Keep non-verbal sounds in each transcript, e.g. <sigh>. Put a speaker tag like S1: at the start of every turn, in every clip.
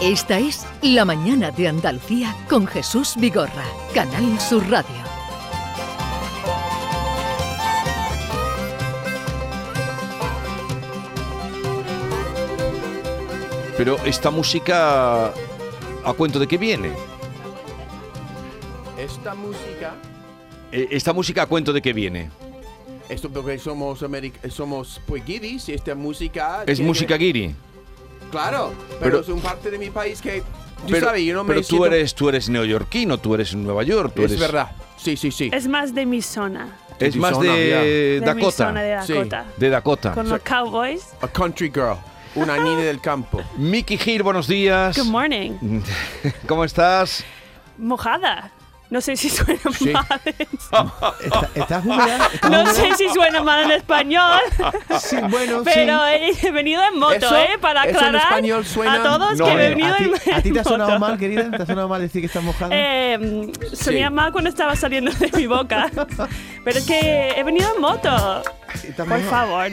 S1: Esta es La Mañana de Andalucía con Jesús Vigorra, Canal Sur Radio.
S2: Pero esta música, ¿a cuento de qué viene?
S3: Esta música,
S2: Eh, ¿Esta música a cuento de qué viene?
S3: esto porque somos americ- somos pues guiris, y esta música
S2: ¿Es
S3: tiene
S2: música
S3: que-
S2: guiri?
S3: Claro, pero,
S2: Pero-
S3: es un parte de mi país que tú
S2: Pero,
S3: sabes, yo no me
S2: pero tú
S3: siento-
S2: eres tú eres neoyorquino, tú eres en Nueva York, tú
S3: es
S2: eres-
S3: verdad. Sí, sí, sí.
S4: Es más de mi zona.
S2: Es más
S3: Arizona,
S2: de
S4: De mi
S2: Dakota.
S4: zona de
S3: Sí.
S4: Dakota.
S2: De Dakota.
S4: Con los cowboys.
S3: A country girl, una niña del campo.
S2: Mickey Gil, buenos días.
S4: Good morning.
S2: <laughs> ¿Cómo estás?
S4: Mojada. No sé si suena
S3: Sí.
S4: mal. <laughs>
S5: ¿Está- ¿Estás húmeda? ¿Estás
S4: No
S5: húmeda?
S4: sé si suena mal en español.
S5: Sí, bueno,
S4: Pero eh, he venido en moto,
S3: Eso-
S4: ¿eh? Para
S3: eso en
S4: aclarar
S3: español suena-
S4: a todos
S2: No,
S4: que
S2: eh,
S4: he
S5: sí.
S4: venido
S5: ¿A ti,
S4: en,
S5: a ti te ha
S4: en
S5: sonado
S4: moto.
S5: mal, querida? ¿Te ha sonado mal decir que estás mojada?
S4: Eh, mm, sonía
S3: Sí.
S4: mal cuando estaba saliendo de mi boca. Pero es que he venido en moto. Por
S5: ¿Estás mojada?
S4: favor.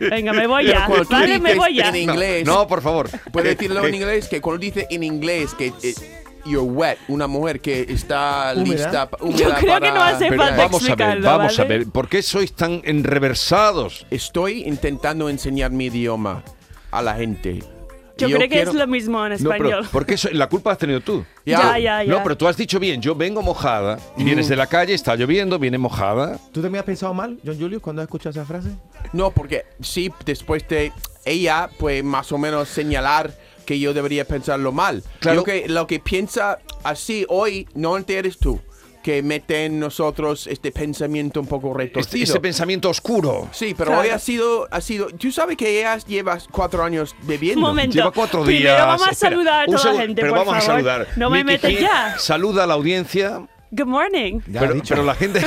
S4: Venga, me voy ya.
S3: cuando tú
S4: Vale, me
S3: dices
S4: voy ya.
S3: en inglés,
S2: No, por favor.
S3: puedes decirlo en inglés que cuando dice en inglés que eh, you're wet, una mujer que está
S5: Húmeda.
S3: lista, pa-
S4: Yo
S3: húmeda
S4: creo que
S3: para-
S4: no hace
S2: <laughs> Pero
S4: falta
S2: vamos a ver,
S4: explicarlo,
S2: vamos
S4: ¿vale?
S2: a ver. ¿Por qué sois tan enreversados?
S3: Estoy intentando enseñar mi idioma a la gente.
S4: Yo,
S3: Y
S4: creo que
S3: quiero-
S4: es lo mismo en
S2: No, pero
S4: español.
S2: ¿por qué so- la culpa has tenido tú?
S4: ya, ya, ya.
S2: No, pero tú has dicho bien, yo vengo mojada,
S3: Mm.
S2: y vienes de la calle, está lloviendo, viene mojada.
S5: ¿Tú también has pensado mal, John Julius, cuando has escuchado esa frase?
S3: No, porque sí, después de ella, pues más o menos señalar que yo debería pensarlo mal.
S2: Claro.
S3: Yo que lo que piensa así hoy, no eres tú, que mete en nosotros este pensamiento un poco
S2: Este,
S3: retorcido.
S2: ese pensamiento oscuro.
S3: sí, pero
S4: Claro.
S3: hoy ha sido, ha sido, tú sabes que ella llevas cuatro años bebiendo.
S4: Momento.
S2: Lleva cuatro días.
S4: Primero vamos a
S2: Espera,
S4: saludar a
S2: un
S4: toda la
S2: segundo,
S4: gente,
S2: Pero
S4: por
S2: vamos
S4: favor.
S2: a saludar.
S4: No me
S2: Miki
S4: metes
S2: Gil,
S4: ya.
S2: Saluda a la audiencia.
S4: Good morning.
S5: Ya lo
S2: Pero,
S5: he dicho.
S2: pero la
S3: <laughs>
S2: gente.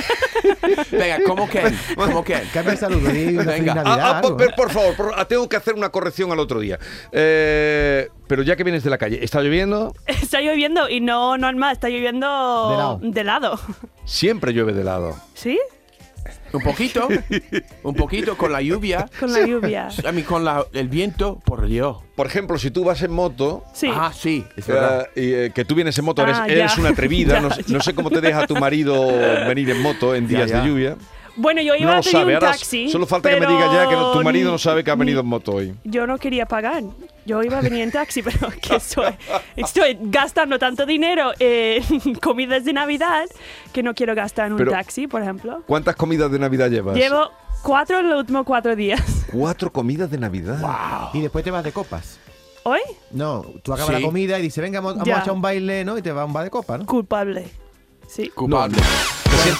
S3: Venga, ¿cómo que? ¿Cómo que?
S5: Cambia el saludo, di una feliz
S3: Venga,
S5: Navidad,
S2: Ah, ah,
S5: algo.
S2: por, por favor, por- ah, tengo que hacer una corrección al otro día. Eh, pero ya que vienes de la calle, ¿está lloviendo?
S4: <laughs> Está lloviendo y no normal, está
S5: De
S4: lloviendo
S5: lado.
S4: de lado. <laughs>
S2: Siempre llueve de lado.
S4: ¿Sí?
S3: Un poquito, un poquito con la lluvia,
S4: Con la lluvia.
S5: <laughs>
S3: a mí con la- el viento, por Dios.
S2: Por ejemplo, si tú vas en moto,
S4: Sí.
S3: Ah, sí, es verdad.
S2: eh, y, eh, que tú vienes en moto, eres,
S4: Ah,
S2: eres
S4: ya.
S2: una atrevida,
S4: <laughs> Ya,
S2: no,
S4: ya.
S2: no sé cómo te deja tu marido venir en moto en
S3: Ya,
S2: días
S3: ya.
S2: de lluvia.
S4: Bueno, yo iba
S2: No
S4: a
S2: lo
S4: pedir
S2: sabe,
S4: un
S2: ahora
S4: taxi.
S2: solo falta que me
S4: pero
S2: diga ya que tu marido no sabe que ha
S4: ni-
S2: venido en moto hoy.
S4: Yo no quería pagar. Yo iba a venir en taxi, <laughs> pero
S2: <laughs>
S4: que estoy, estoy gastando tanto dinero en <laughs> comidas de Navidad que no quiero gastar en un
S2: Pero- Pues.
S4: taxi, por ejemplo.
S2: ¿Cuántas comidas de Navidad llevas?
S4: Llevo cuatro en los últimos cuatro días. <laughs>
S2: Cuatro comidas de Navidad.
S5: Y después te vas de copas.
S4: Hoy,
S5: No, tú acabas
S3: Sí.
S5: la comida y dices, venga, vamos, vamos
S4: Ya.
S5: a echar un baile, ¿no? Y te vas a un bar de copas, ¿no?
S4: culpable. Sí.
S3: Culpable.
S2: Pues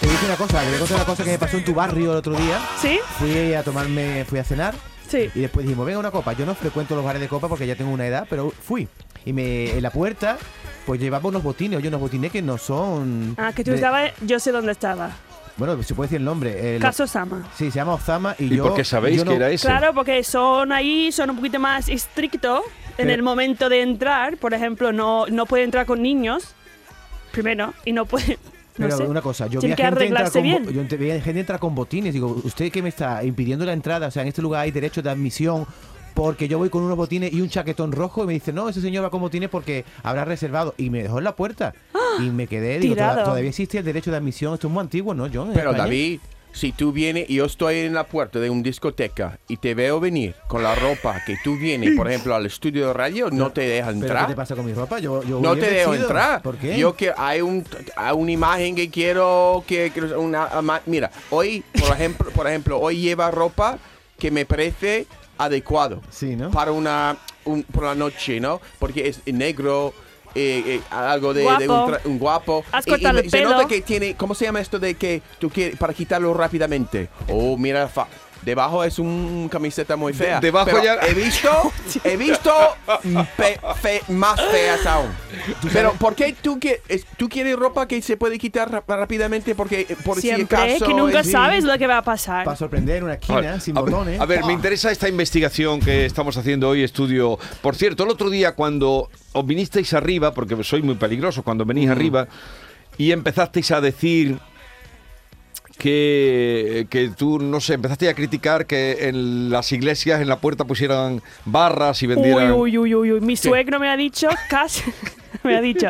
S5: Te digo una cosa, te digo una cosa que me pasó en tu barrio el otro día.
S4: ¿Sí?
S5: Fui a tomarme, fui a cenar
S4: Sí.
S5: y después dijimos, venga una copa. Yo no frecuento los bares de copa porque ya tengo una edad, pero fui. Y me, en la puerta, pues llevamos unos botines, oye, unos botines que no son...
S4: Ah, que tú
S5: de-
S4: estabas, yo sé dónde estaba.
S5: Bueno, se puede decir el nombre. eh, lo-
S4: Caso Sama.
S5: Sí, se llama Ozama y,
S2: ¿Y
S5: yo...
S2: por qué sabéis
S5: yo no-
S2: que era ese?
S4: Claro, porque son ahí, son un poquito más estrictos en
S5: Pero-
S4: el momento de entrar. Por ejemplo, no, no puede entrar con niños, primero, y no puede... No
S5: Pero
S4: sé.
S5: una cosa, yo vi,
S4: Tiene
S5: a
S4: que
S5: gente entrar
S4: arreglarse
S5: con, bo-
S4: bien.
S5: yo ent- vi a gente entrar con botines. Digo, ¿usted qué me está impidiendo la entrada? O sea, en este lugar hay derecho de admisión. Porque yo voy con unos botines y un chaquetón rojo y me dice, no, ese señor va con botines porque habrá reservado. Y me dejó en la puerta. Y me quedé, digo,
S4: Tirado.
S5: "Toda- todavía existe el derecho de admisión. Esto es muy antiguo, ¿no, John? en
S3: Pero
S5: España?"
S3: David, si tú vienes y yo estoy en la puerta de una discoteca y te veo venir con la ropa que tú vienes, por ejemplo, al estudio de radio, no te dejan
S5: ¿Pero qué te
S3: entrar.
S5: pasa con mi ropa? Yo, yo
S3: No
S5: voy
S3: te dejo
S5: vestido.
S3: entrar.
S5: ¿Por qué?
S3: Yo que hay, un, hay una imagen que quiero que... que una, ama- mira, hoy, por ejemplo, por ejemplo, hoy lleva ropa que me parece adecuado
S5: Sí, ¿no?
S3: para una un- por la noche, ¿no? Porque es negro, eh, eh, algo de, de un,
S4: Guapo.
S3: tra- un guapo.
S4: Has cortado el
S3: se nota
S4: pelo.
S3: que tiene, ¿cómo se llama esto de que tú quieres para quitarlo rápidamente? Oh, mira, fa- debajo es un camiseta muy fea.
S2: De- debajo
S3: Pero
S2: ya-
S3: he visto, he visto pe- fe- más feas aún. Pero ¿por qué tú que es- tú quieres ropa que se puede quitar ra- rápidamente porque eh, por
S4: Siempre,
S3: si acaso
S4: que nunca
S3: es-
S4: sabes lo que va a pasar.
S5: Para sorprender en una
S2: A
S5: esquina,
S2: ver,
S5: sin ¿eh?
S2: a ver,
S5: botones.
S2: A ver, me interesa esta investigación que estamos haciendo hoy, estudio. Por cierto, el otro día cuando os vinisteis arriba, porque
S5: Mm.
S2: soy muy peligroso, cuando venís arriba y empezasteis a decir que, que tú, no sé, empezaste a criticar que en las iglesias en la puerta pusieran barras y vendieran...
S4: Uy, uy, uy, uy, uy. Mi suegro me ha dicho casi. <laughs> Me ha dicho,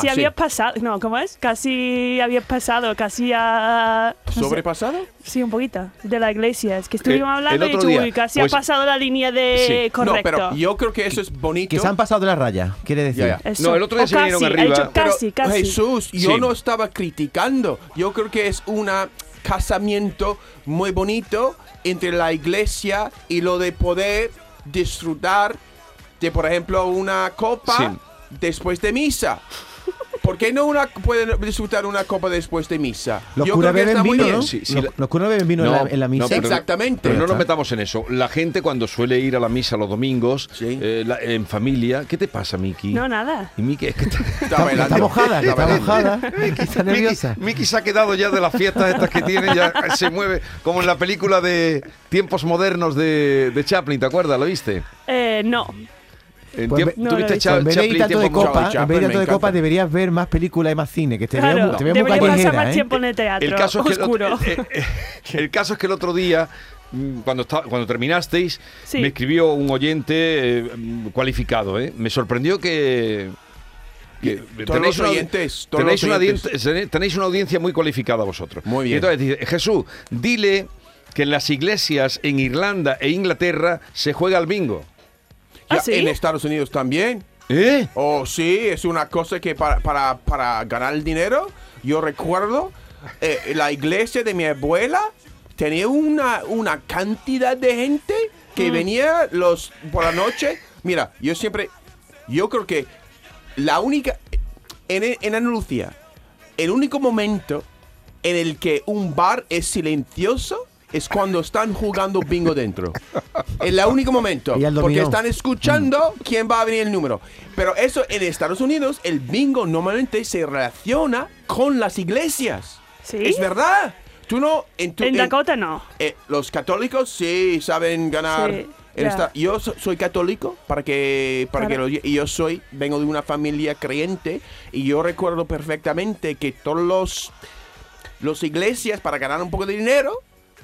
S3: Ah, sí.
S4: habías pasado, no, ¿cómo es? Casi habías pasado, casi a... no sé,
S3: ¿Sobrepasado?
S4: sí, un poquito, de la iglesia. Es que estuvimos
S2: Eh, el
S4: hablando y he
S2: otro
S4: dicho,
S2: día,
S4: uy, casi
S2: pues-
S4: ha pasado la línea de
S2: Sí.
S4: correcto.
S3: No, pero yo creo que eso es bonito.
S5: Que se han pasado de la raya, quiere decir.
S3: Ya, ya.
S4: Eso.
S2: No, el otro día
S4: O
S2: se vinieron
S4: casi, ha
S2: arriba.
S4: dicho
S3: Pero, oh,
S4: casi, casi.
S3: Jesús, yo
S2: Sí.
S3: no estaba criticando. Yo creo que es un casamiento muy bonito entre la iglesia y lo de poder disfrutar de, por ejemplo, una copa
S2: Sí.
S3: después de misa. ¿Por qué no una, pueden disfrutar una copa después de misa?
S5: Los
S3: yo
S5: curas
S3: creo que
S5: beben
S3: está muy
S5: vino,
S3: bien.
S5: ¿no?
S2: Sí, sí,
S5: los,
S2: la-
S5: los curas beben vino en, la, en la misa.
S2: no, pero-
S3: Exactamente.
S2: Pero no
S5: Ya
S2: nos
S5: está.
S2: metamos en eso. La gente cuando suele ir a la misa los domingos,
S3: Sí.
S2: eh, la- en familia, ¿qué te pasa, Miki?
S4: No, nada.
S2: Y Miki es que está,
S3: Está
S5: Está,
S3: bailando.
S5: está mojada, que está
S3: bailando.
S5: mojada, está
S2: Miki-
S5: nerviosa.
S2: Miki se ha quedado ya de las fiestas estas que tiene, ya se mueve como en la película de tiempos modernos de, de Chaplin, ¿te acuerdas? ¿Lo viste?
S4: Eh, no,
S2: En
S5: Pues
S2: tiemp-
S5: ve-
S4: no
S2: ¿tú
S4: lo
S2: viste
S4: he visto.
S2: Cha-
S5: en vez de ir
S2: Chaplin,
S5: tanto de
S2: tiempos
S5: copa,
S3: modernos.
S5: en vez de ir tanto
S3: Me
S5: de copa,
S3: encanta.
S5: deberías ver más películas y más cine, que te veo
S4: claro,
S5: mu- te veo muy
S4: debería pasar
S5: callejera,
S4: más
S5: ¿eh?
S4: tiempo en el teatro
S2: El caso, es que el
S4: oscuro.
S2: otro- eh, eh, <laughs> el caso es que el otro día, mm, cuando, esta- cuando terminasteis,
S4: Sí.
S2: me escribió un oyente eh, mm, cualificado. ¿eh? Me sorprendió que... que
S3: Todos los oyentes, todos
S2: tenéis,
S3: los
S2: una
S3: oyentes.
S2: audien- tenéis- tenéis una audiencia muy cualificada vosotros.
S3: Muy bien.
S2: Y entonces dice, Jesús, dile que en las iglesias en Irlanda e Inglaterra se juega al bingo.
S4: ¿Ah,
S3: Ya,
S4: sí?
S3: En Estados Unidos también.
S2: ¿Eh?
S3: <laughs> Oh, sí, es una cosa que para, para, para ganar el dinero, yo recuerdo, eh, la iglesia de mi abuela tenía una, una cantidad de gente
S5: Mm.
S3: que venía los por la noche. Mira, yo siempre, yo creo que la única, en, en Andalucía, el único momento en el que un bar es silencioso es cuando están jugando bingo dentro. Es el único momento.
S5: <laughs> Y al
S3: Porque
S5: dominó.
S3: están escuchando quién va a venir el número. Pero eso en Estados Unidos, el bingo normalmente se relaciona con las iglesias.
S4: ¿Sí?
S3: Es verdad. Tú no. En, tu-
S4: en
S3: en-
S4: Dakota no.
S3: eh, los católicos sí saben ganar.
S4: Sí,
S3: en
S4: ya.
S3: esta- yo so- soy católico para que para
S4: Claro.
S3: que lo oye- y yo soy vengo de una familia creyente y yo recuerdo perfectamente que todos los los iglesias para ganar un poco de dinero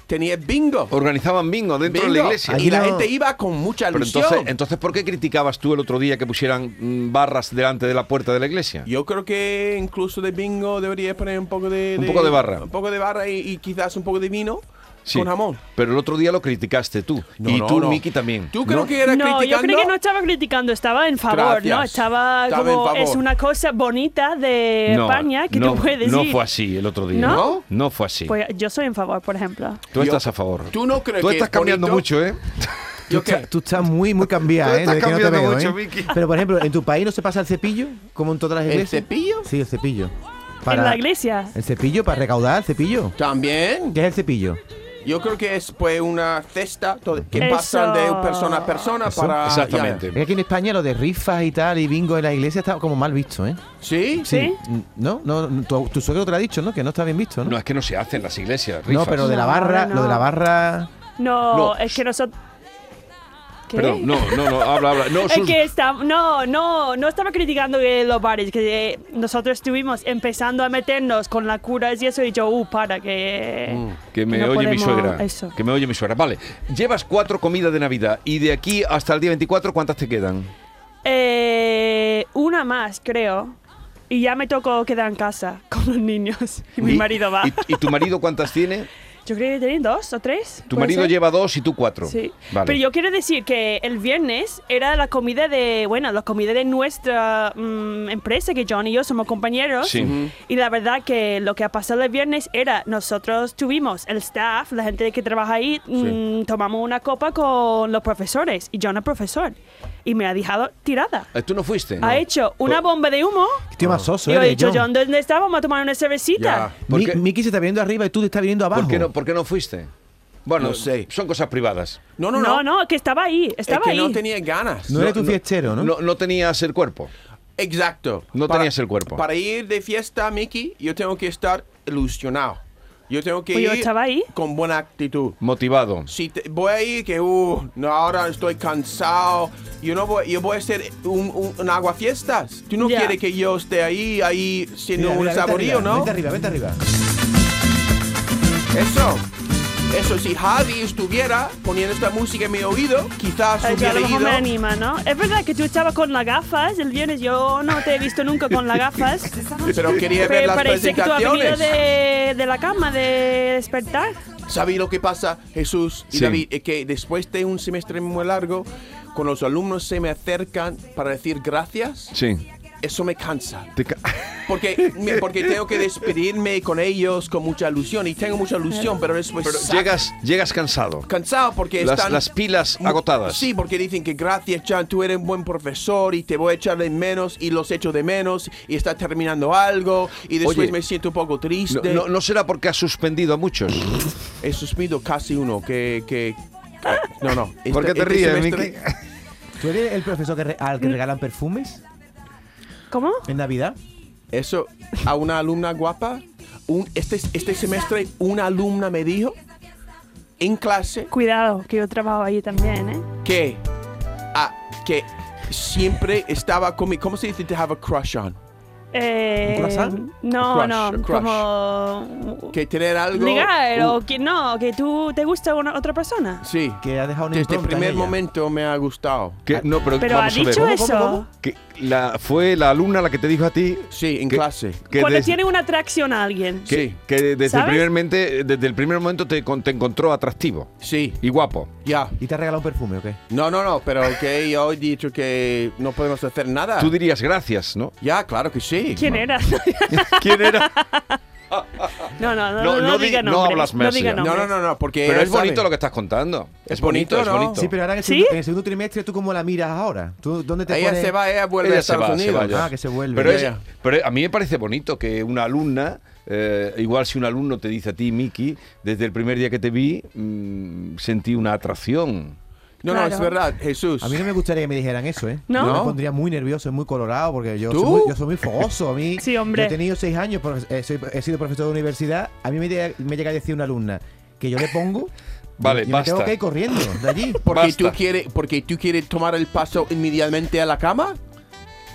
S3: tenía bingo.
S2: Organizaban bingo dentro de la
S3: Bingo.
S2: iglesia.
S5: Allí
S3: Y la
S5: no-
S3: gente iba con mucha
S2: Pero
S3: ilusión.
S2: entonces, entonces, ¿por qué criticabas tú el otro día que pusieran mm, barras delante de la puerta de la iglesia?
S3: Yo creo que incluso de bingo debería poner un poco de,
S2: Un poco de barra.
S3: un poco de barra y, y quizás un poco de vino
S2: Sí,
S3: con jamón.
S2: Pero el otro día lo criticaste tú.
S3: No,
S2: y
S3: no,
S2: tú,
S3: no.
S2: Miki, también.
S3: ¿Tú creo que era
S4: No,
S3: criticando?
S4: yo creí que no estaba criticando, estaba en favor,
S3: Gracias.
S4: ¿no? Estaba,
S3: Estaba en
S4: como,
S3: favor.
S4: es una cosa bonita de
S2: No,
S4: España que
S2: no,
S4: tú puedes
S2: No
S4: ir.
S2: fue así el otro día.
S4: ¿No?
S2: ¿No? No fue así.
S4: Pues yo soy en favor, por ejemplo.
S2: tú
S3: Yo-
S2: estás a favor.
S3: Tú no crees
S2: Tú
S3: que
S2: estás
S3: es
S2: cambiando
S3: bonito?
S2: mucho, ¿eh?
S5: Tú,
S3: Yo que-
S5: estás- tú estás muy, muy
S2: Tú
S5: cambiada, ¿eh?
S2: estás
S5: Desde que no te
S2: cambiando
S5: veo, ¿eh?
S2: mucho, Vicky.
S5: Pero, por ejemplo, ¿en tu país no se pasa el cepillo? Como en todas las
S3: ¿El
S5: iglesias.
S3: cepillo?
S5: Sí, el cepillo.
S4: En la iglesia.
S5: El cepillo, para recaudar el cepillo.
S3: También.
S5: ¿Qué es el cepillo?
S3: Yo creo que es pues una cesta to- que
S4: Eso.
S3: pasan de persona a persona para.
S2: Exactamente.
S5: Es que aquí en España lo de rifas y tal y bingo en la iglesia está como mal visto, ¿eh?
S3: Ya. ¿Sí?
S4: ¿Sí?
S5: ¿No? no no, tu, tu suegro te lo ha dicho, ¿no? Que no está bien visto, ¿no?
S2: No, es que no se hace en las iglesias.
S5: No,
S2: Rifas.
S5: pero de la
S4: No,
S5: barra,
S4: no.
S5: lo de la barra...
S4: No,
S2: No.
S4: es que nosotros... ¿Qué?
S2: Perdón, no, no, no, habla, habla. No,
S4: Es
S2: sus-
S4: que está, no, no, no estaba criticando que los bares, que eh, nosotros estuvimos empezando a meternos con la cura y eso, y yo, uh, para, que...
S2: Mm, que me
S4: no
S2: oye mi
S4: podemos-
S2: suegra.
S4: Eso.
S2: Que me oye mi suegra. Vale, llevas cuatro comidas de Navidad y de aquí hasta el día 24, ¿cuántas te quedan?
S4: Eh, una más, creo. Y ya me tocó quedar en casa <laughs> con los niños. Y mi marido va.
S2: ¿Y, y tu marido cuántas tiene?
S4: Yo creo que tenía dos o tres.
S2: Tu
S4: ¿puede
S2: marido
S4: ser?
S2: lleva dos y tú cuatro.
S4: Sí.
S2: Vale.
S4: Pero yo quiero decir que el viernes era la comida de, bueno, la comida de nuestra mm, empresa, que John y yo somos compañeros.
S2: Sí. Ujú.
S4: Y la verdad que lo que ha pasado el viernes era, nosotros tuvimos el staff, la gente que trabaja ahí, mm, tomamos una copa con los profesores. Y John es profesor. Y me ha dejado tirada.
S2: Eh, ¿Tú no fuiste?
S4: Ha
S2: No.
S4: hecho una bomba de humo.
S5: Qué tío más
S3: Ah.
S5: soso,
S4: Y yo he
S5: eres,
S4: dicho,
S5: John.
S4: John, ¿dónde está? Vamos a tomar una cervecita.
S3: Ya.
S2: ¿Por
S5: Mi-
S2: qué-
S5: Miki se está viendo arriba y tú te estás viendo abajo.
S2: ¿Por qué no, por qué no fuiste? Bueno,
S3: No sé.
S2: son cosas privadas.
S3: No, no,
S4: No,
S3: no.
S4: no, que estaba ahí,
S3: es
S4: estaba
S3: que
S4: ahí.
S3: no tenía ganas.
S5: No eres tu fiestero, ¿no?
S2: No, tenías el cuerpo.
S3: Exacto.
S2: No tenías el cuerpo.
S3: Para ir de fiesta, Mickey, yo tengo que estar ilusionado. Yo tengo que
S4: Pues yo
S3: ir
S4: estaba ahí.
S3: con buena actitud.
S2: Motivado.
S3: Si te- voy a ir que, uh, no, ahora estoy cansado. Yo no voy, yo voy a ser un, un, un aguafiestas. Tú no
S4: Ya.
S3: quieres que yo esté ahí, ahí siendo
S5: Mira,
S3: un
S5: mira, vente
S3: saborío,
S5: arriba,
S3: ¿no?
S5: Vente arriba, vente arriba.
S3: Eso. Eso, si Javi estuviera poniendo esta música en mi oído, quizás
S4: Eh, yo a
S3: hubiera
S4: lo mejor me
S3: ido.
S4: anima, ¿no? Es verdad que tú estabas con las gafas el viernes. Yo no te he visto nunca con las gafas.
S3: Pero <laughs> quería ver
S4: Pero
S3: las
S4: parece que tú has venido
S3: presentaciones.
S4: de, de la cama, de despertar.
S3: ¿Sabéis lo que pasa, Jesús y
S2: Sí.
S3: David? Es que después de un semestre muy largo, cuando los alumnos se me acercan para decir gracias,
S2: Sí.
S3: eso me cansa.
S2: Te ca-
S3: Porque,
S2: <laughs>
S3: me- porque tengo que despedirme con ellos con mucha ilusión y tengo mucha ilusión, pero después
S2: Pero
S3: sa-
S2: llegas, llegas cansado.
S3: cansado porque
S2: Las,
S3: están
S2: las pilas agotadas.
S3: Sí, porque dicen que gracias, Chan, tú eres un buen profesor y te voy a echar de menos y los echo de menos y está terminando algo y después
S2: Oye,
S3: me siento un poco
S2: No,
S3: triste.
S2: no- no será porque has suspendido a muchos.
S3: He suspendido casi uno que... que no, no. Este-
S2: ¿Por qué te
S3: este
S2: ríes,
S3: semestre-
S2: Miki?
S5: ¿Tú eres el profesor que re- al
S4: Mm.
S5: que regalan perfumes
S4: ¿Cómo?
S5: en Navidad?
S3: Eso, a una alumna guapa, un, este, este semestre una alumna me dijo en clase
S4: Cuidado, que yo trabajo allí también, ¿eh?
S3: que, ah, que siempre estaba con mi... ¿Cómo se dice? Te have a crush on.
S4: Eh,
S5: ¿Un croissant?
S4: No,
S3: Crush,
S4: no,
S3: crush.
S4: como...
S3: Que tener algo...
S4: Ligar, o
S3: Uh,
S4: que no, que tú te gusta una otra persona.
S3: Sí.
S5: Que ha dejado una
S3: Desde el
S5: impronta en
S3: primer
S5: ella.
S3: momento me ha gustado. Ah,
S2: Que- no, pero,
S4: Pero ha
S2: vamos a ver.
S4: dicho eso.
S2: Que la, fue la alumna la que te dijo a ti
S3: Sí, en
S2: que-
S3: clase.
S2: que,
S4: Cuando
S2: des-
S4: tiene una atracción a alguien.
S2: que-
S3: Sí.
S2: que desde, el
S4: ¿Sabes?
S2: primer mente- desde el primer momento te, con- te encontró atractivo
S3: Sí,
S2: y guapo.
S3: ya.
S5: ¿Y te ha regalado un perfume o qué?
S3: No, no, no, pero que yo he dicho que no podemos hacer nada.
S2: Tú dirías gracias, ¿no?
S3: Ya, claro que sí.
S4: ¿Quién era? <laughs>
S2: ¿Quién era?
S4: no, no, no,
S2: No,
S4: no,
S2: no di-
S4: diga
S2: no
S4: nombres,
S2: hablas
S4: no diga
S2: Messi.
S3: No,
S4: nombres.
S3: no, no, no, porque...
S2: Pero
S3: ella
S2: es bonito
S3: Eh, sabe.
S2: lo que estás contando.
S3: Es
S2: Es bonito,
S3: bonito,
S2: es
S3: ¿no?
S2: bonito.
S5: Sí, pero ahora en el,
S4: ¿Sí?
S5: segundo, en el segundo trimestre, ¿tú cómo la miras ahora? ¿Tú, ¿Dónde te
S3: Ella
S5: pones?
S3: se va, ella vuelve
S2: Ella
S3: a
S2: se
S3: Estados
S2: va, se
S3: Unidos.
S2: va ya.
S5: Ah, que se vuelve.
S2: Pero, es-
S3: Ya, ya.
S2: pero a mí me parece bonito que una alumna, eh, igual si un alumno te dice a ti, Miki, desde el primer día que te vi, mm, sentí una atracción.
S3: No, no,
S4: Claro.
S3: es verdad, Jesús.
S5: A mí no me gustaría que me dijeran eso, ¿eh?
S4: ¿No?
S5: Yo
S3: No.
S5: me pondría muy nervioso, muy colorado, porque yo,
S3: ¿Tú?
S5: soy muy, yo soy muy fogoso. A mí,
S4: <laughs> Sí, hombre.
S5: Yo he tenido seis años, pero, eh, soy- he sido profesor de universidad. A mí me, llega- me llega a decir una alumna que yo le pongo.
S2: Vale,
S5: y me
S2: basta.
S5: tengo que ir corriendo de allí.
S3: porque
S2: Basta.
S3: tú quieres, porque tú quieres tomar el paso inmediatamente a la cama.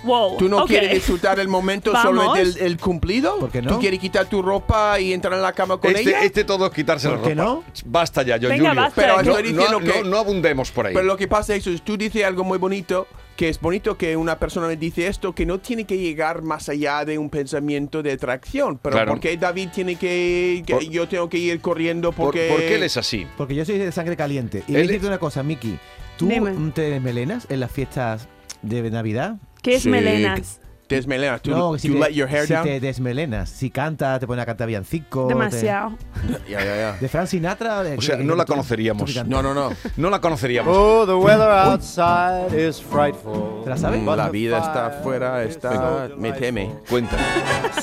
S4: Wow.
S3: Tú no
S4: ok.
S3: quieres
S4: <laughs>
S3: disfrutar el momento
S4: Vamos.
S3: solamente el, el cumplido.
S5: ¿Por qué no?
S3: Tú quieres quitar tu ropa y entrar en la cama con ella.
S2: Este, este todo es quitarse la
S5: ¿Por qué
S2: ropa.
S5: no?
S2: Basta ya, yo,
S4: Venga,
S2: Julio.
S4: basta.
S3: Pero
S2: No,
S3: estoy
S2: no,
S3: diciendo
S2: no-
S3: que.
S2: no abundemos por ahí.
S3: Pero lo que pasa es tú dices algo muy bonito, que es bonito que una persona me dice esto, que no tiene que llegar más allá de un pensamiento de atracción. Pero
S2: Claro.
S3: ¿por qué David tiene que, que
S2: Por-
S3: yo tengo que ir corriendo
S2: ¿Por,
S3: porque
S2: por qué él es así?
S5: Porque yo soy de sangre caliente.
S2: Él-
S5: Y voy a decirte una cosa, Miki. ¿Tú
S4: Dime.
S5: mm, te desmelenas en las fiestas de Navidad?
S4: ¿Qué es
S3: Sí,
S4: melenas?
S3: te desmelenas, tú,
S5: no,
S3: tú
S5: si, te,
S3: let your hair
S5: si
S3: down.
S5: te desmelenas. Si cantas, te pones a cantar villancico. te-
S4: Demasiado.
S3: Ya, ya,
S5: <laughs>
S3: ya.
S5: De Frank Sinatra. de-
S2: O sea,
S5: que-
S2: no la
S5: tú- tú
S2: conoceríamos.
S5: cantas.
S3: No, no, no.
S2: No la conoceríamos.
S6: Oh, the weather outside is frightful.
S5: ¿Te la sabes?
S3: Mm, La vida está afuera, está. Me teme.
S2: Cuéntame.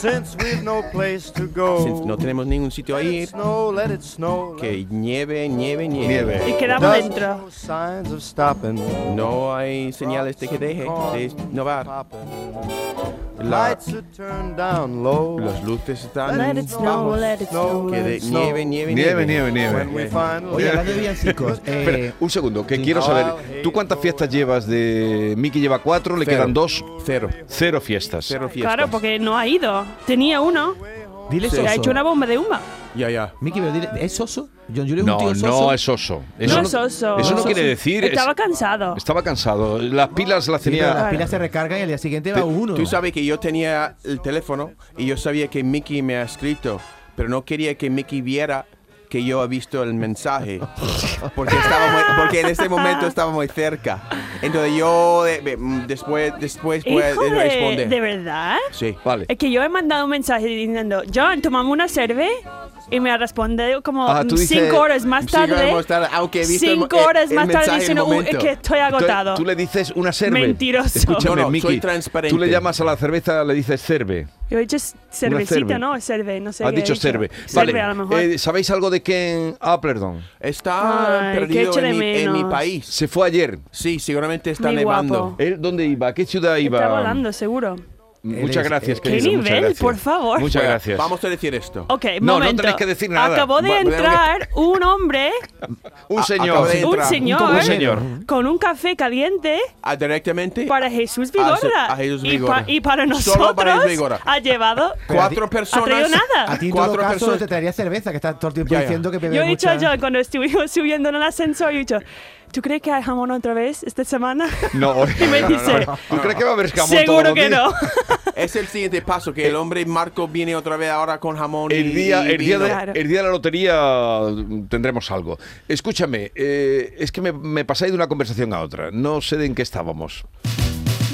S6: Since we've no place to go.
S3: Sin- No tenemos ningún sitio a
S6: Let
S3: ir.
S6: it snow, let it snow.
S3: Que nieve, nieve, nieve.
S2: Nieve.
S4: Y
S5: Eh,
S4: quedamos
S6: Does
S4: dentro.
S6: no signs of stopping.
S3: No hay señales de que deje de innovar. La-
S6: Lights are turned down low.
S3: las luces
S4: Let
S3: están.
S4: it snow, let it snow.
S3: Que
S4: let
S3: de
S4: it-
S3: nieve, nieve,
S2: Nieve,
S3: nieve.
S2: nieve,
S6: When we
S2: nieve.
S6: find
S5: Oye, hablando de villancicos. eh,
S2: Espera, un segundo, que quiero saber. ¿Tú cuántas fiestas llevas de. Miki lleva cuatro, le
S3: Cero.
S2: quedan dos?
S3: Cero.
S2: Cero fiestas.
S3: Cero fiestas.
S4: Claro, porque no ha ido. Tenía uno.
S5: dile
S4: Se
S5: soso.
S4: ha hecho una bomba de humo.
S3: Ya, ya.
S5: Miki, pero dile, ¿es soso? John Julio es un
S2: No,
S5: tío soso.
S2: no es oso. Eso
S4: no es oso.
S2: Eso no
S4: Soso.
S2: quiere decir. es-
S4: Estaba cansado.
S2: estaba cansado. Las pilas las
S5: Sí, pero
S2: tenía.
S5: las pilas se recargan y al día siguiente va uno.
S3: Tú sabes que yo tenía el teléfono y yo sabía que Mickey me ha escrito, pero no quería que Mickey viera que yo había visto el mensaje, porque, estaba muy- porque en ese momento estaba muy cerca. Entonces yo eh, me- mm, después, después pues,
S4: Hijo
S3: eh,
S4: de,
S3: responder.
S4: ¿de verdad.
S3: Sí.
S2: Vale.
S4: Es que yo he mandado un mensaje diciendo, John, tomamos una cerve. Y me ha respondido como
S2: Ah, tú
S4: mm,
S2: dices-
S4: cinco horas más
S3: Cinco horas
S4: tarde.
S3: más tarde, aunque he visto el mo-
S4: cinco
S3: el-
S4: horas
S3: el
S4: más tarde
S3: mensaje en el
S4: diciendo, "Uy, es
S3: momento".
S4: que estoy
S2: Tú-
S4: agotado.
S2: Tú, le dices una cerve.
S4: Mentiroso.
S2: Escúchame,
S3: No, no,
S2: Miki.
S3: soy transparente.
S2: Tú le llamas a la cerveza, le dices cerve.
S4: Yo he dicho c-
S2: cerve.
S4: cervecita, ¿no? Cerve, no sé.
S2: Has
S4: qué he
S2: dicho cerve.
S4: Cerve,
S2: vale.
S4: a lo mejor.
S2: Eh, ¿Sabéis algo de Ah, Ken Appleton?
S3: Está
S4: Ay, qué
S3: perdido
S4: echo de
S3: en mi, en mi
S4: menos.
S3: país.
S2: Se fue ayer.
S3: Sí, seguramente está
S4: Muy
S3: nevando.
S4: guapo.
S2: ¿Él dónde iba? ¿A qué ciudad iba?
S4: Está volando, seguro.
S2: Muchas
S5: es-
S2: gracias,
S5: ¿Qué
S4: ¡Qué
S2: querido. muchas
S4: nivel,
S2: gracias.
S4: por favor!
S2: Muchas
S3: Bueno,
S2: gracias.
S3: Vamos a decir esto.
S4: Ok,
S2: No, no
S4: momento.
S2: tenéis que decir nada.
S4: Acabó de
S2: Va-
S3: voy a-
S4: entrar un hombre,
S2: Un
S3: A-
S2: señor.
S3: acabo de
S4: un
S3: entrar.
S4: señor,
S2: Un señor.
S4: con un café caliente
S3: Ah, directamente.
S4: para Jesús Vigorra.
S3: a Jesús
S4: Y,
S3: Vigorra.
S4: pa- y para
S3: Solo
S4: nosotros
S3: para Jesús Vigorra.
S4: ha llevado...
S3: Cuatro
S4: ¿Ha traído
S3: personas.
S5: A
S4: nada?
S5: ti en
S3: Cuatro
S5: todo caso
S3: personas.
S5: te traería cerveza, que estás todo el tiempo
S3: Ya, ya.
S5: diciendo que bebes
S4: Yo he dicho
S5: mucha.
S4: yo cuando estuvimos subiendo en el ascensor, yo he dicho, ¿tú crees que hay jamón otra vez esta semana? <laughs>
S2: No,
S4: <laughs> Y me dice,
S2: ¿Tú crees que va a haber escamón todos
S4: seguro
S2: los
S4: que
S2: días?
S4: no.
S3: <laughs> Es el siguiente paso, que el hombre Marco viene otra vez ahora con jamón y
S2: El día,
S3: y
S2: el, día
S3: vino.
S4: Claro.
S2: de, el día de la lotería mm, tendremos algo. Escúchame, eh, es que me, me pasáis de una conversación a otra. No sé de en qué estábamos.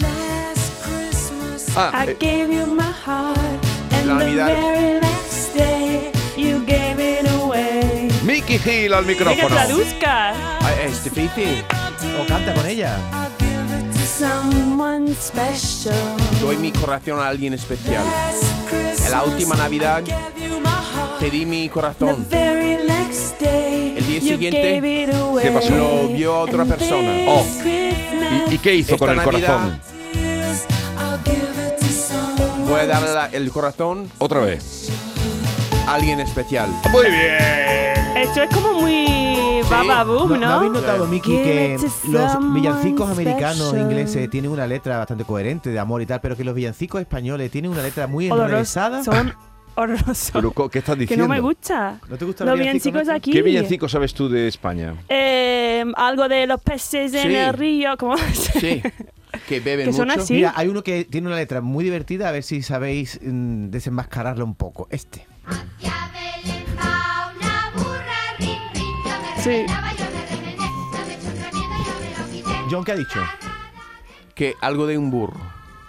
S7: Last Christmas,
S2: <laughs> Ah,
S4: I
S2: eh,
S4: gave you my heart and
S3: La
S4: the
S3: Navidad.
S4: very last day you gave it away.
S2: Mickey Hill al
S4: Venga,
S2: micrófono.
S4: traduzca.
S3: Ah, es difícil.
S5: O canta con ella.
S7: I'll give it to
S4: Someone special.
S3: Doy mi corazón a alguien especial.
S7: last Christmas.
S3: La última Navidad
S7: Gave you my heart.
S3: te di mi
S4: The
S3: corazón.
S4: very next day
S3: El día
S4: you
S3: siguiente,
S4: gave it away.
S2: ¿qué pasó?
S3: Lo vio otra
S4: And
S3: persona.
S4: this
S2: Oh.
S4: Christmas
S2: ¿Y, y qué hizo
S3: Esta
S2: con el
S3: Navidad-
S2: corazón?
S7: Tears. I'll give it to someone.
S3: Voy a darle la- el corazón
S2: Otra vez.
S3: a alguien especial.
S2: Muy bien.
S4: Esto es como muy bababoom,
S5: ¿No,
S4: Oh, ¿no?
S5: no habéis notado, Miki,
S4: Give
S5: que
S4: it to
S5: los villancicos
S4: someone
S5: americanos e
S4: special.
S5: ingleses tienen una letra bastante coherente de amor y tal, pero que los villancicos españoles tienen una letra muy
S4: Horrorosos.
S5: enrevesada?
S4: Son horrorosos.
S2: Pero, co- ¿Qué estás
S4: que
S2: diciendo?
S4: no me gusta.
S5: ¿No te gustan
S4: Los
S5: los villancicos
S4: villancicos
S5: nuestros?
S4: aquí.
S2: ¿Qué villancico sabes tú de España?
S4: Eh, algo de los peces en
S3: Sí.
S4: el río, como <laughs>
S3: Sí. Que beben
S4: Que son
S3: mucho.
S4: así.
S5: Mira, hay uno que tiene una letra muy divertida, a ver si sabéis mm, desenmascararlo un poco. Este.
S8: Ya Belén va una burra, rin, rin, yo me
S4: Sí.
S8: remendaba, yo me remendé, no me echó otra mierda, yo me lo quité.
S5: John, ¿qué ha dicho?
S3: Que algo de un burro.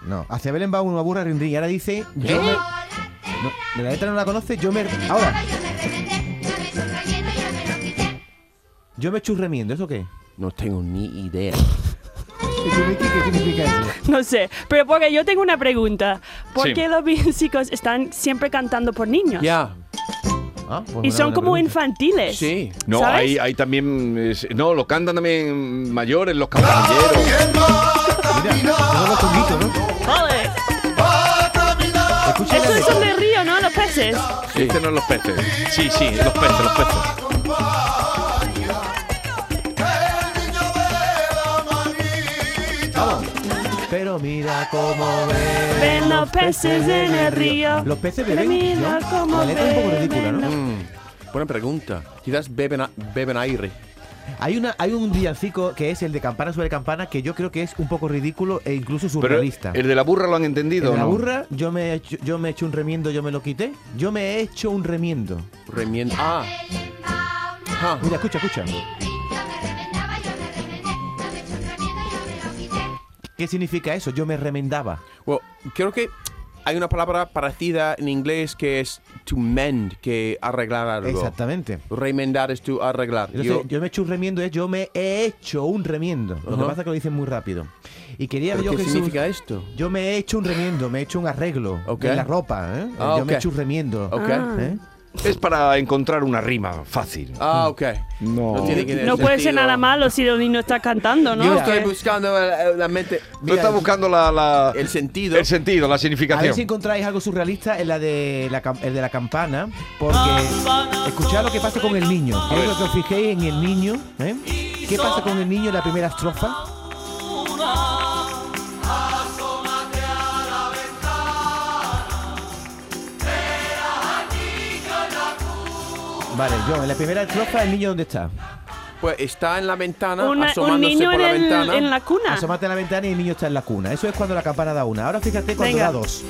S5: No. Hacia Belén va una burra rin rin y ahora dice...
S2: ¿Eh?
S5: Yo me... No, de la letra no la conoce, yo me... Ahora,
S8: Yo me remendé, no me echó otra mierda, yo me lo quité.
S5: yo me churremiendo, ¿eso qué?
S3: No tengo ni idea.
S5: ¿Y tú, Miki, ¿Qué significa eso?
S4: no sé. Pero porque yo tengo una pregunta. ¿Por
S2: Sí.
S4: qué los villancicos están siempre cantando por niños?
S3: Ya.
S5: Ah, pues
S4: Y son
S5: buena- buena
S4: como
S5: pregunta.
S4: infantiles.
S3: Sí.
S2: No,
S4: ¿Sabes?
S2: hay, hay también. es- no, lo cantan también mayores, los caballeros.
S5: Mira, todos los chunguitos, ¿no?
S4: Vale.
S5: Escucha la
S4: Esos
S5: letra.
S4: son de río, ¿no? Los peces.
S2: Este no es los peces. Sí, sí, los peces, los peces.
S5: Vamos. Pero mira cómo ven.
S4: Ven los peces en el río.
S5: Los peces
S4: Pero
S5: beben.
S4: mira
S5: ¿no?
S4: cómo
S5: La letra es un poco
S4: beben
S5: ridícula, ¿no?
S4: los-
S3: Mm, Buena pregunta. Quizás beben, a- beben aire.
S5: Hay, una, hay un villancico que es el de campana sobre campana que yo creo que es un poco ridículo e incluso
S2: Pero
S5: surrealista.
S2: el de la burra lo han
S5: En
S2: entendido,
S5: la
S2: ¿no?
S5: burra, yo me, he hecho- yo me he hecho un remiendo, yo me lo quité. Yo me he hecho un remiendo.
S3: Remienda. Ah. Ah.
S5: Mira, escucha, escucha. ¿Qué significa eso? Yo me remendaba.
S3: Well, creo que hay una palabra parecida en inglés que es to mend, que arreglar algo.
S5: Exactamente.
S3: Remendar es to arreglar.
S5: Entonces,
S3: Yo-
S5: yo, me he hecho un remiendo es yo me he hecho un remiendo. Lo que
S3: Ajá.
S5: pasa es que lo dicen muy rápido. Y quería
S3: ¿Pero
S5: yo
S3: ¿Qué
S5: Jesús,
S3: significa esto?
S5: Yo me he hecho un remiendo, me he hecho un arreglo
S3: Ok.
S5: de la ropa. ¿eh?
S3: Ah,
S5: yo me he
S3: ok.
S5: hecho un remiendo.
S3: Ok.
S5: ¿eh?
S2: Es para encontrar una rima fácil.
S3: Ah, ok.
S2: No.
S3: tiene que
S4: No puede ser
S3: sentido.
S4: nada malo si el niño está cantando, ¿no?
S3: Yo
S4: Porque-
S3: estoy buscando el- la mente.
S2: Tú estás buscando la, la-
S3: el sentido.
S2: el sentido, la
S5: A ver si
S2: significación.
S5: encontráis algo surrealista en la de la, cam- el de la campana, porque escuchad lo que pasa con el niño. Quiero que os fijéis en el niño. ¿eh? ¿Qué pasa con el niño en la primera estrofa? Vale, John, en la primera estrofa, ¿el niño dónde está?
S3: Pues está en la ventana,
S4: Una- un
S3: asomándose
S4: niño
S3: por
S4: en,
S3: la
S4: el-
S3: ventana.
S4: en la cuna.
S5: Asómate a la ventana y el niño está en la cuna. Eso es cuando la campana da una. Ahora fíjate cuando
S4: Venga.
S5: da dos.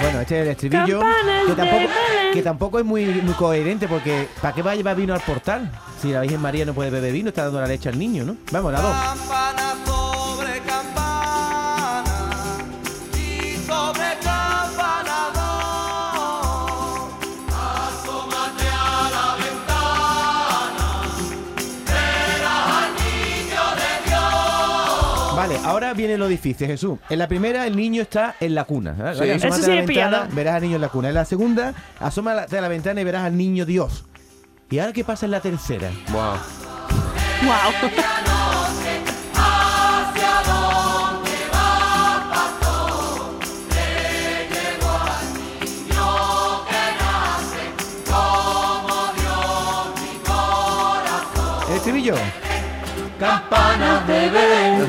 S5: Bueno, este es el estribillo
S4: Campanas
S5: que
S4: de
S5: tampoco,
S4: Belén.
S5: que tampoco es muy, muy coherente porque ¿para qué va a llevar vino al portal? Si la Virgen María no puede beber vino, está dando la leche al niño, ¿no? Vamos, la dos.
S9: Campana sobre campana y sobre campana dos. Asómate a la ventana, verás al niño de Dios.
S5: Vale, ahora viene lo difícil, Jesús. En la primera, el niño está en la cuna. ¿eh?
S2: Sí.
S5: Vale,
S2: Eso
S5: asómate
S4: sí
S5: a la
S4: he
S5: ventana,
S4: pillado.
S5: Verás al niño en la cuna. En la segunda, asómate a la ventana y verás al niño Dios. ¿Y ahora qué pasa en la tercera?
S3: Wow.
S4: Wow.
S5: El estribillo. Campanas de Belén,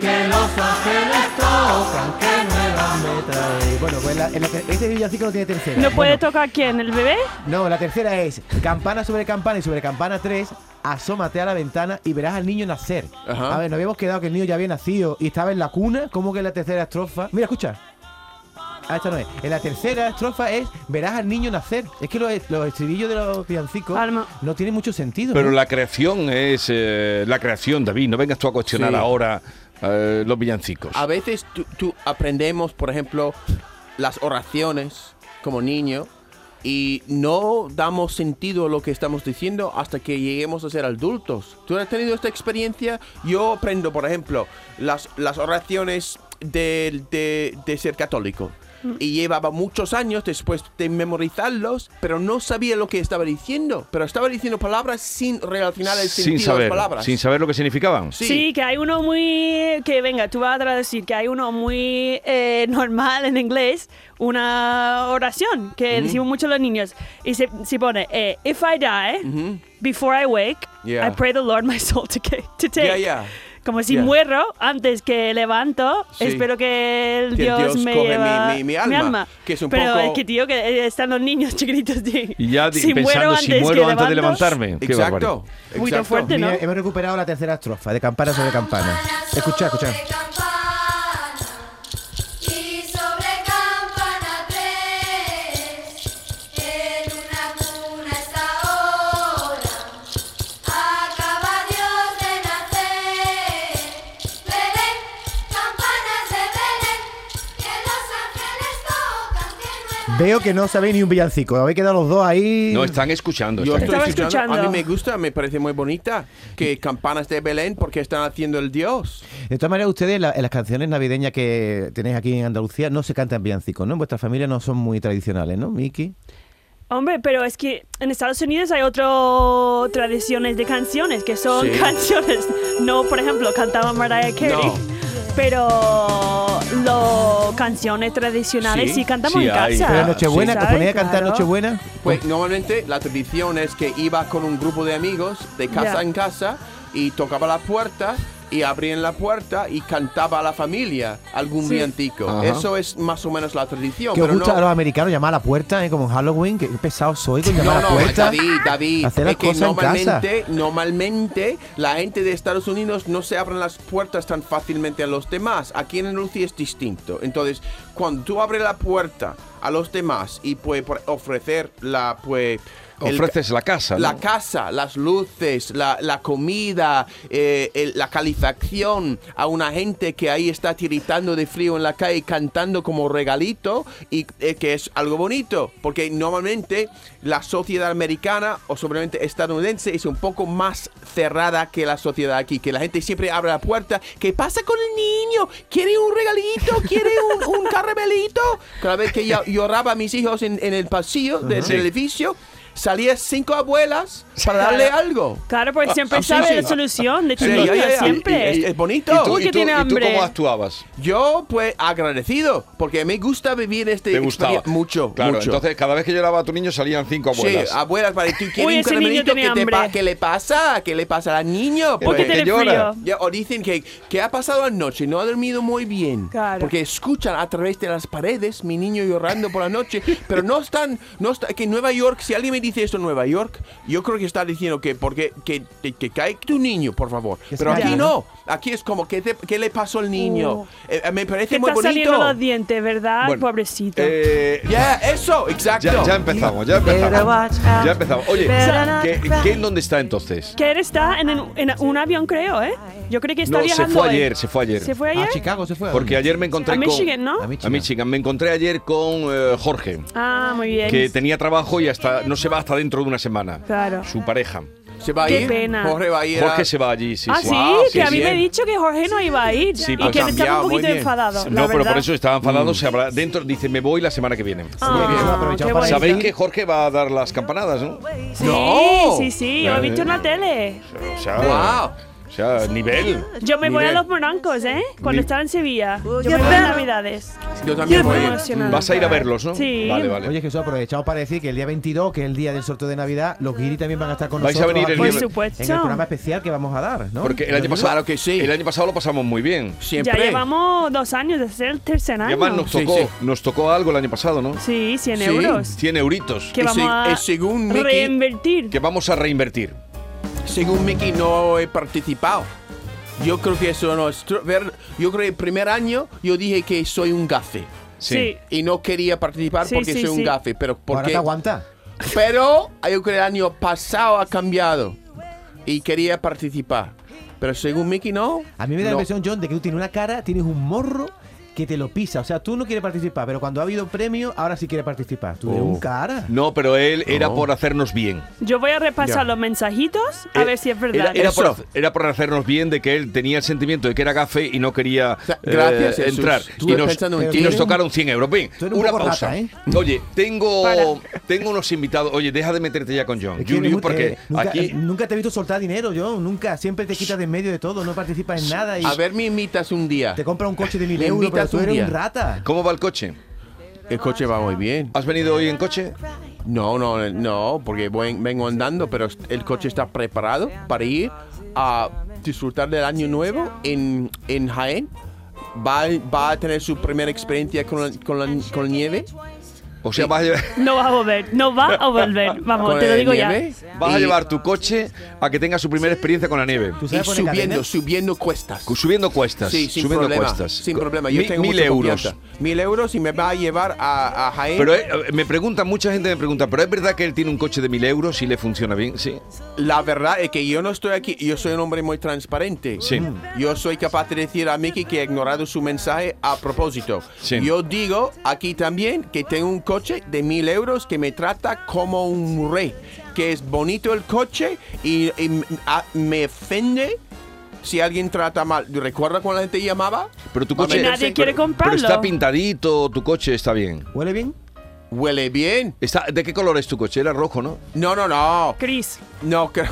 S5: que los ángeles tocan, que nuevas me trae. Bueno, pues la, en la ter- este villancico no tiene tercera.
S4: ¿No puede
S5: Bueno,
S4: tocar quién? ¿El bebé?
S5: No, la tercera es campana sobre campana y sobre campana 3, asómate a la ventana y verás al niño nacer.
S3: Ajá.
S5: A ver, nos habíamos quedado que el niño ya había nacido y estaba en la cuna, ¿cómo que en la tercera estrofa? Mira, escucha. Ah, esta no es. En la tercera estrofa es verás al niño nacer. Es que los, los estribillos de los villancicos
S4: Alma.
S5: no tienen mucho sentido.
S2: Pero
S5: ¿no?
S2: la creación es eh, la creación, David. No vengas tú a cuestionar
S3: Sí.
S2: ahora eh, los villancicos.
S3: A veces tú, tú aprendemos, por ejemplo, las oraciones como niño y no damos sentido a lo que estamos diciendo hasta que lleguemos a ser adultos. ¿Tú has tenido esta experiencia? Yo aprendo, por ejemplo, las, las oraciones de, de- de ser católico.
S4: Mm.
S3: Y llevaba muchos años después de memorizarlos, pero no sabía lo que estaba diciendo. Pero estaba diciendo palabras sin relacionar el
S2: sin
S3: sentido a las
S2: saber,
S3: palabras.
S2: sin saber lo que significaban.
S4: Sí. que hay uno muy. Que venga, tú vas a traducir que hay uno muy eh, <laughs> normal en inglés, una oración que decimos mucho los niños. Y se, se pone: eh, If I die, before I wake,
S3: Yeah.
S4: I pray the Lord my soul to, ca- to take.
S3: Ya, ya.
S4: Como si
S3: Yeah.
S4: muero antes que levanto,
S3: Sí.
S4: espero que el
S3: Que
S4: Dios,
S3: Dios
S4: me
S3: coge
S4: lleva
S3: mi- mi- mi alma, que es un
S4: Pero
S3: poco-
S4: es que, tío, que eh, están los niños <laughs> chiquitos. tío.
S2: Y ya di-
S4: si
S2: pensando
S4: muero antes,
S2: si muero
S4: que
S2: antes de
S4: levanto,
S2: levantarme. Qué barbaridad.
S3: Exacto.
S4: Muy
S3: exacto.
S4: fuerte.
S5: Mira,
S4: ¿no?
S5: hemos recuperado la tercera estrofa, de campana sobre campana. Escucha, escucha.
S8: Sobre campana y sobre campana tres, en una cuna hasta ahora, acaba Dios de nacer. Belén, campanas de Belén, que los ángeles tocan, que nueva
S5: Veo que no sabéis ni un villancico. Habéis quedado los dos ahí.
S2: No están escuchando.
S3: Yo
S2: están
S3: estoy
S4: Estaba
S3: escuchando. A mí
S4: escuchando.
S3: me gusta, me parece muy bonita. Que campanas de Belén porque están haciendo el Dios.
S5: De todas maneras, ustedes en la- en las canciones navideñas que tenéis aquí en Andalucía no se cantan villancicos, ¿no? En vuestra familia no son muy tradicionales, ¿no, Miki?
S4: Hombre, pero es que en Estados Unidos hay otras tradiciones de canciones que son
S3: Sí.
S4: <laughs> canciones. No, por ejemplo, cantaba Mariah Carey.
S3: No.
S4: Pero las canciones tradicionales
S2: Sí,
S4: sí, cantamos
S2: sí
S4: en
S2: hay.
S4: casa.
S5: Pero
S2: Ah,
S5: Nochebuena,
S4: sí,
S5: ¿os
S4: ¿sabes?
S5: ponéis a cantar
S4: Claro.
S5: Nochebuena?
S3: Pues normalmente la tradición es que iba con un grupo de amigos de casa
S4: Ya.
S3: en casa y tocaba la puerta y abrían la puerta y cantaba a la familia algún villancico.
S2: Ajá.
S3: Eso es más o menos la tradición.
S5: Que os
S3: pero
S5: gusta
S3: no,
S5: a los americanos llamar a la puerta, ¿eh? como en Halloween, que pesado soy con llamar
S3: No,
S5: a la
S3: no,
S5: puerta.
S3: David, David,
S5: Hacer las
S3: es que
S5: cosas en casa.
S3: normalmente, normalmente la gente de Estados Unidos no se abren las puertas tan fácilmente a los demás. Aquí en Andalucía es distinto. Entonces, cuando tú abres la puerta a los demás y puedes ofrecer la pues el-
S2: Ofreces la casa. ¿no?
S3: la casa, las luces, la, la comida, eh, el- la calefacción a una gente que ahí está tiritando de frío en la calle cantando como regalito y eh, que es algo bonito, porque normalmente la sociedad americana o seguramente estadounidense es un poco más cerrada que la sociedad aquí, que la gente siempre abre la puerta, ¿qué pasa con el niño? ¿Quiere un regalito? ¿Quiere
S2: <laughs>
S3: un, un caramelito? Cada vez que yo lloraba a mis hijos en, en el pasillo del
S2: Sí.
S3: edificio, Salía cinco abuelas para darle algo.
S4: Claro, porque siempre
S3: Sí,
S4: sabe
S3: sí.
S4: la solución de
S3: Sí,
S4: chiquito,
S3: ya, ya, ya.
S4: siempre.
S3: Y- y- es bonito.
S2: ¿Y
S4: ¿Cómo
S2: tú,
S4: que
S2: y, tú,
S4: tiene
S2: y tú
S4: hambre?
S2: cómo actuabas?
S3: Yo, pues, agradecido, porque me gusta vivir este
S2: ¿Te gustaba?
S3: experien- mucho,
S2: Claro,
S3: mucho.
S2: entonces cada vez que lloraba a tu niño salían cinco abuelas.
S3: Sí, abuelas, para tú quieres
S4: Uy,
S3: un
S4: ese niño
S3: caramelito
S4: tiene
S3: que te pa-
S4: hambre.
S3: ¿Qué le pasa? ¿Qué le pasa al niño?
S4: ¿Por qué
S2: Pues,
S4: tiene
S2: que llora.
S4: frío?
S3: Ya, o dicen que, que ha pasado anoche, no ha dormido muy bien.
S4: Claro.
S3: Porque escuchan a través de las paredes mi niño llorando por la noche, pero no están, no está, que en Nueva York, si alguien me dice esto en Nueva York, yo creo que está diciendo que porque que, que, que cae tu niño, por favor.
S5: Que se
S3: Pero
S5: caiga,
S3: aquí
S5: ¿no?
S3: no, aquí es como que qué le pasó al niño.
S4: Oh.
S3: Eh, eh, me parece
S4: Te
S3: muy
S4: está
S3: bonito.
S4: saliendo los dientes, ¿verdad?
S2: Bueno,
S4: Pobrecito.
S2: eh,
S3: Ya, eso, exacto.
S2: ya, ya empezamos, ya empezamos. Ya empezamos. Oye, ¿qué, qué en dónde está entonces?
S4: Que él está en, en- en un avión, creo, ¿eh? Yo creo que está
S2: No, se
S4: viajando.
S2: fue
S4: hoy.
S2: ayer, se fue ayer.
S4: ¿Se fue ayer?
S5: A Ah, Chicago se fue. ¿a
S2: Porque
S5: dónde?
S2: ayer me encontré
S4: A
S2: con.
S4: Michigan, ¿no?
S5: A Michigan.
S2: A Michigan. Me encontré ayer con eh, Jorge,
S4: Ah, muy bien.
S2: que tenía trabajo y hasta no se va hasta dentro de una semana.
S4: Claro.
S2: Su pareja.
S3: Se va a
S4: Qué
S3: ir.
S4: pena.
S3: Jorge va a ir. a-
S2: Jorge se va allí, sí,
S4: ah,
S2: sí. eh.
S4: sí,
S3: Guau,
S4: que
S3: qué
S4: a mí me ha
S3: bien.
S4: dicho que Jorge no iba a ir
S2: Sí,
S4: y
S2: pues
S4: que él estaba
S3: cambiado,
S4: un
S3: muy
S4: poquito
S3: bien.
S4: enfadado. la
S2: No, pero por
S4: verdad.
S2: eso estaba enfadado.
S5: Mm.
S2: Se habrá, dentro dice, me voy la semana que viene.
S5: Muy bien,
S4: Ah,
S5: aprovechamos
S4: qué
S5: para
S4: bonito.
S2: Sabéis que Jorge va a dar las campanadas, ¿no?
S4: Sí,
S3: No.
S4: sí, sí,
S2: Ya,
S4: lo
S2: ya.
S4: he visto en la tele.
S2: O sea,
S3: Wow.
S2: o sea nivel.
S4: Yo me voy a
S2: Nivel.
S4: los morancos, ¿eh? Cuando
S2: Ni-
S4: estaba en Sevilla. Yo me voy a Navidades.
S3: Yo también voy
S4: Muy
S3: a ir.
S4: emocionada.
S2: Vas a ir a verlos, ¿no?
S4: Sí.
S2: Vale, vale.
S5: Oye, Jesús, aprovechamos para decir que el día 22, que es el día del sorteo de Navidad, los guiri también van a estar con
S2: Vais a
S5: nosotros.
S2: venir el
S5: aquí
S2: día-
S4: Por supuesto.
S5: En el programa especial que vamos a dar, ¿no?
S2: Porque el año,
S3: Claro
S2: pasado,
S3: que sí.
S2: el año pasado lo pasamos muy bien.
S3: Siempre.
S4: Ya llevamos dos años, desde el tercer
S2: Y
S4: año.
S2: además nos
S3: Sí,
S2: tocó,
S3: sí.
S2: nos tocó algo el año pasado, ¿no?
S4: Sí, 100
S3: Sí.
S4: euros.
S2: 100 euritos
S4: Que
S3: Y
S4: vamos
S3: seg-
S4: a
S3: y según Mickey-
S4: reinvertir.
S2: que vamos a reinvertir.
S3: Según Mickey, no he participado. Yo creo que eso no es. tru- ver- Yo creo que el primer año yo dije que soy un gafe.
S4: Sí.
S3: Y no quería participar
S4: Sí,
S3: porque
S4: sí,
S3: soy un
S4: sí.
S3: gafe. Pero
S5: Ahora
S3: porque
S5: te aguanta.
S3: Pero yo creo que el año pasado ha cambiado y quería participar. Pero según Mickey, no.
S5: A mí me da
S3: No.
S5: la impresión, John, de que tú tienes una cara, tienes un morro que te lo pisa. O sea, tú no quieres participar, pero cuando ha habido premio, ahora sí quieres participar. Tú tienes
S2: Oh.
S5: un cara.
S2: No, pero él era por hacernos bien.
S4: Yo voy a repasar
S3: Ya.
S4: los mensajitos a
S2: Eh,
S4: ver si es
S2: Era,
S4: verdad.
S2: era por,
S3: Eso.
S2: hacer- era por hacernos bien de que él tenía el sentimiento de que era gafe y no quería
S3: sea, gracias,
S2: eh,
S3: Jesús.
S2: entrar.
S3: Estuve
S2: Y nos,
S3: pensando en
S2: y
S3: ti.
S2: nos tocaron 100 euros. Bien,
S5: Tú eres un
S2: una
S5: poco
S2: pausa.
S5: rata, ¿eh?
S2: Oye, tengo,
S4: Para.
S2: tengo unos invitados. Oye, deja de meterte ya con John.
S5: Es que
S2: Julius,
S5: nunca-
S2: porque
S5: eh, nunca,
S2: aquí...
S5: eh, nunca te he visto soltar dinero, John. Nunca. Siempre te quitas de en medio de todo, no participas en nada y
S3: A ver, me invitas un día.
S5: te compra un coche de mil
S3: Me
S5: euros, pero
S3: invitas
S5: tú
S3: un
S5: eres
S3: día.
S5: un rata.
S2: ¿Cómo va el coche?
S3: El coche va muy bien.
S2: ¿Has venido hoy en coche?
S3: No, no, no, porque voy- vengo andando, pero el coche está preparado para ir a disfrutar del año nuevo en, en Jaén. Va, va a tener su primera experiencia con, la- con, la- con nieve.
S2: O sea, vas a llevar...
S4: No va a volver, no va a volver. Vamos,
S3: con
S4: te lo
S3: el
S4: digo ya.
S3: nieve,
S2: Vas a
S3: y-
S2: llevar tu coche a que tenga su primera experiencia con la nieve.
S5: ¿Tú
S3: Y
S5: sabes poner
S3: subiendo,
S5: cadenas?
S3: subiendo cuestas.
S2: Cu- Subiendo cuestas.
S3: Sí, sin
S2: subiendo
S3: problema.
S2: cuestas.
S3: Sin
S2: Co-
S3: problema. Yo
S2: mi-
S3: tengo
S2: mil
S3: mucha
S2: euros.
S3: confianza. Mil euros y me va a llevar a, a Jaén.
S2: Pero eh, me preguntan, mucha gente me pregunta, ¿pero es verdad que él tiene un coche de mil euros y le funciona bien? Sí.
S3: la verdad es que yo no estoy aquí. Yo soy un hombre muy transparente.
S2: Sí.
S3: Yo soy capaz de decir a Mickey que he ignorado su mensaje a propósito.
S2: Sí.
S3: Yo digo aquí también que tengo un coche de mil euros que me trata como un rey. Que es bonito el coche y, y m- a- me ofende si alguien trata mal. ¿Recuerda cuando la gente llamaba?
S2: Pero tu
S3: Va a
S2: coche.
S3: meterse-
S4: Nadie quiere
S2: Pero
S4: comprarlo.
S2: está pintadito, tu coche está bien.
S5: ¿Huele bien?
S3: Huele bien.
S2: Está, ¿De qué color es tu coche? Era rojo, ¿no?
S3: No, no, no.
S4: Chris,
S3: No, creo.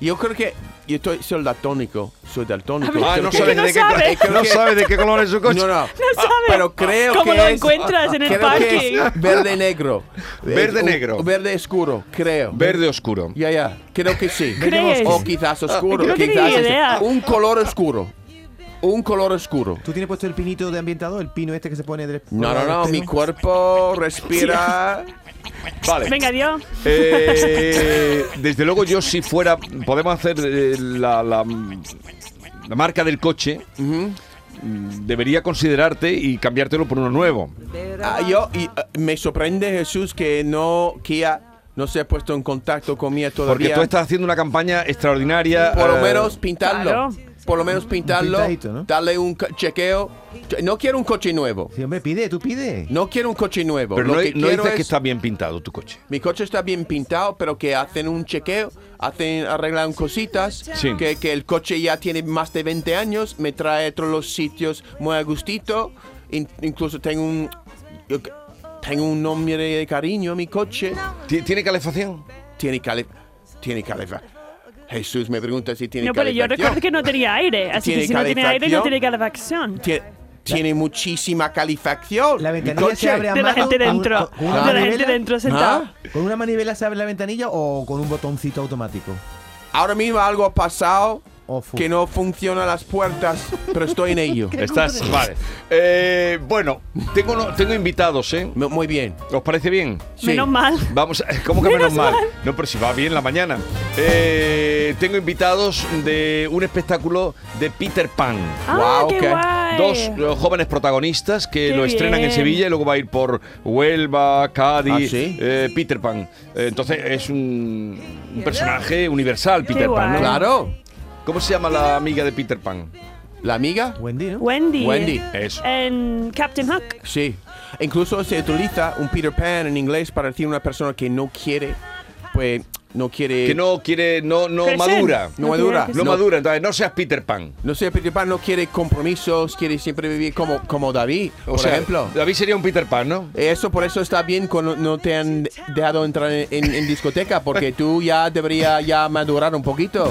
S3: Yo creo que. Yo estoy, soy daltónico. Soy daltónico.
S4: Ah,
S3: Creo
S4: no
S3: que-
S4: sabes de qué
S2: color-
S3: <laughs>
S4: sabe.
S2: es que no sabes de qué color es su coche.
S3: No, no.
S4: no sabes
S3: pero creo
S4: cómo
S3: que
S4: lo
S3: es-
S4: encuentras en el
S3: creo que
S4: parque.
S3: es verde negro.
S2: <laughs> Verde
S3: Eh, un-
S2: negro.
S3: Verde oscuro, creo.
S2: Verde Ah, oscuro.
S3: Ya, ya. Creo que sí.
S4: ¿Crees?
S3: O quizás oscuro.
S4: Yo no tenía
S3: quizás
S4: idea.
S3: Un color oscuro. Un color oscuro.
S5: ¿Tú tienes puesto el pinito de ambientador, el pino este que se pone del...
S3: No, no, no. Mi cuerpo respira.
S2: Vale.
S4: Venga, Dios.
S2: Eh, desde luego, yo si fuera. Podemos hacer eh, la, la- la marca del coche. mm, Debería considerarte y cambiártelo por uno nuevo.
S3: Ah, yo y, ah, me sorprende Jesús que no Kia no se ha puesto en contacto conmigo
S2: Porque
S3: todavía.
S2: tú estás haciendo una campaña extraordinaria.
S3: Por lo
S2: eh,
S3: menos pintarlo.
S4: Claro.
S3: Por lo menos pintarlo.
S5: pintadito, ¿no?
S3: Darle un ca- chequeo. Che- No quiero un coche nuevo.
S5: Sí, hombre, pide, tú pide.
S3: No quiero un coche nuevo.
S2: Pero
S3: Lo
S2: no,
S3: que
S2: no
S3: quiero
S2: dices
S3: es,
S2: que está bien pintado tu coche.
S3: Mi coche está bien pintado, pero que hacen un chequeo, hacen arreglan cositas.
S2: Sí.
S3: Que, que el coche ya tiene más de 20 años, me trae a todos los sitios muy a gustito. In- incluso tengo un. yo que- tengo un nombre de cariño a mi coche.
S2: ¿Ti- ¿Tiene calefacción?
S3: Tiene calef... Tiene calefacción. Jesús me pregunta si tiene
S4: No, pero yo
S3: calefacción.
S4: recuerdo que no tenía aire. Así que
S3: Tiene
S4: si no tiene aire,
S3: calefacción.
S4: no tiene calefacción.
S3: Tiene, tiene muchísima calefacción.
S5: La
S3: mi
S5: ventanilla
S3: coche.
S5: se abre a
S4: De la
S5: mano,
S4: gente
S5: a un-
S4: dentro.
S5: con
S4: De
S5: una
S4: la gente
S5: manivela.
S4: dentro
S3: ¿Ah?
S4: sentada.
S5: ¿Con una manivela se abre la ventanilla o con un botoncito automático?
S3: Ahora mismo algo ha pasado
S5: O Oh, fu-
S3: que no funcionan las puertas, pero estoy en
S5: <laughs>
S3: ello.
S2: Estás. Vale. Eh, bueno, tengo, no- tengo invitados, ¿eh?
S3: M- Muy bien.
S2: ¿Os parece bien?
S3: Sí.
S4: Menos mal.
S2: Vamos, <laughs> a- ¿cómo que menos,
S4: Menos
S2: mal?
S4: mal.
S2: No, pero si va bien la mañana. Eh, tengo invitados de un espectáculo de Peter Pan.
S4: Ah,
S3: Wow,
S4: qué
S3: qué-
S4: guay.
S2: Dos eh, jóvenes protagonistas que
S4: Qué
S2: lo estrenan en
S4: bien.
S2: Sevilla y luego va a ir por Huelva, Cádiz,
S3: Ah, ¿sí?
S2: eh, Peter Pan. Eh, entonces es un, un personaje universal, Peter Pan. ¿no?
S4: guay.
S3: Claro.
S2: ¿Cómo se llama la amiga de Peter Pan?
S3: ¿La amiga?
S5: Wendy, ¿no?
S4: Wendy.
S3: Wendy.
S2: Eso.
S4: En Captain Hook.
S3: Sí. Incluso se utiliza un Peter Pan en inglés para decir una persona que no quiere, pues, no quiere.
S2: que no quiere, no, no
S4: Crecen.
S2: madura.
S3: No madura.
S4: quiere
S2: No
S3: No.
S2: madura, entonces no seas Peter Pan.
S3: No sé, Peter Pan no quiere compromisos, quiere siempre vivir como, como David,
S2: O
S3: por
S2: sea,
S3: ejemplo.
S2: David sería un Peter Pan, ¿no?
S3: Eso por eso está bien cuando no te han dejado entrar en, en- en discoteca, porque tú ya deberías ya madurar un poquito.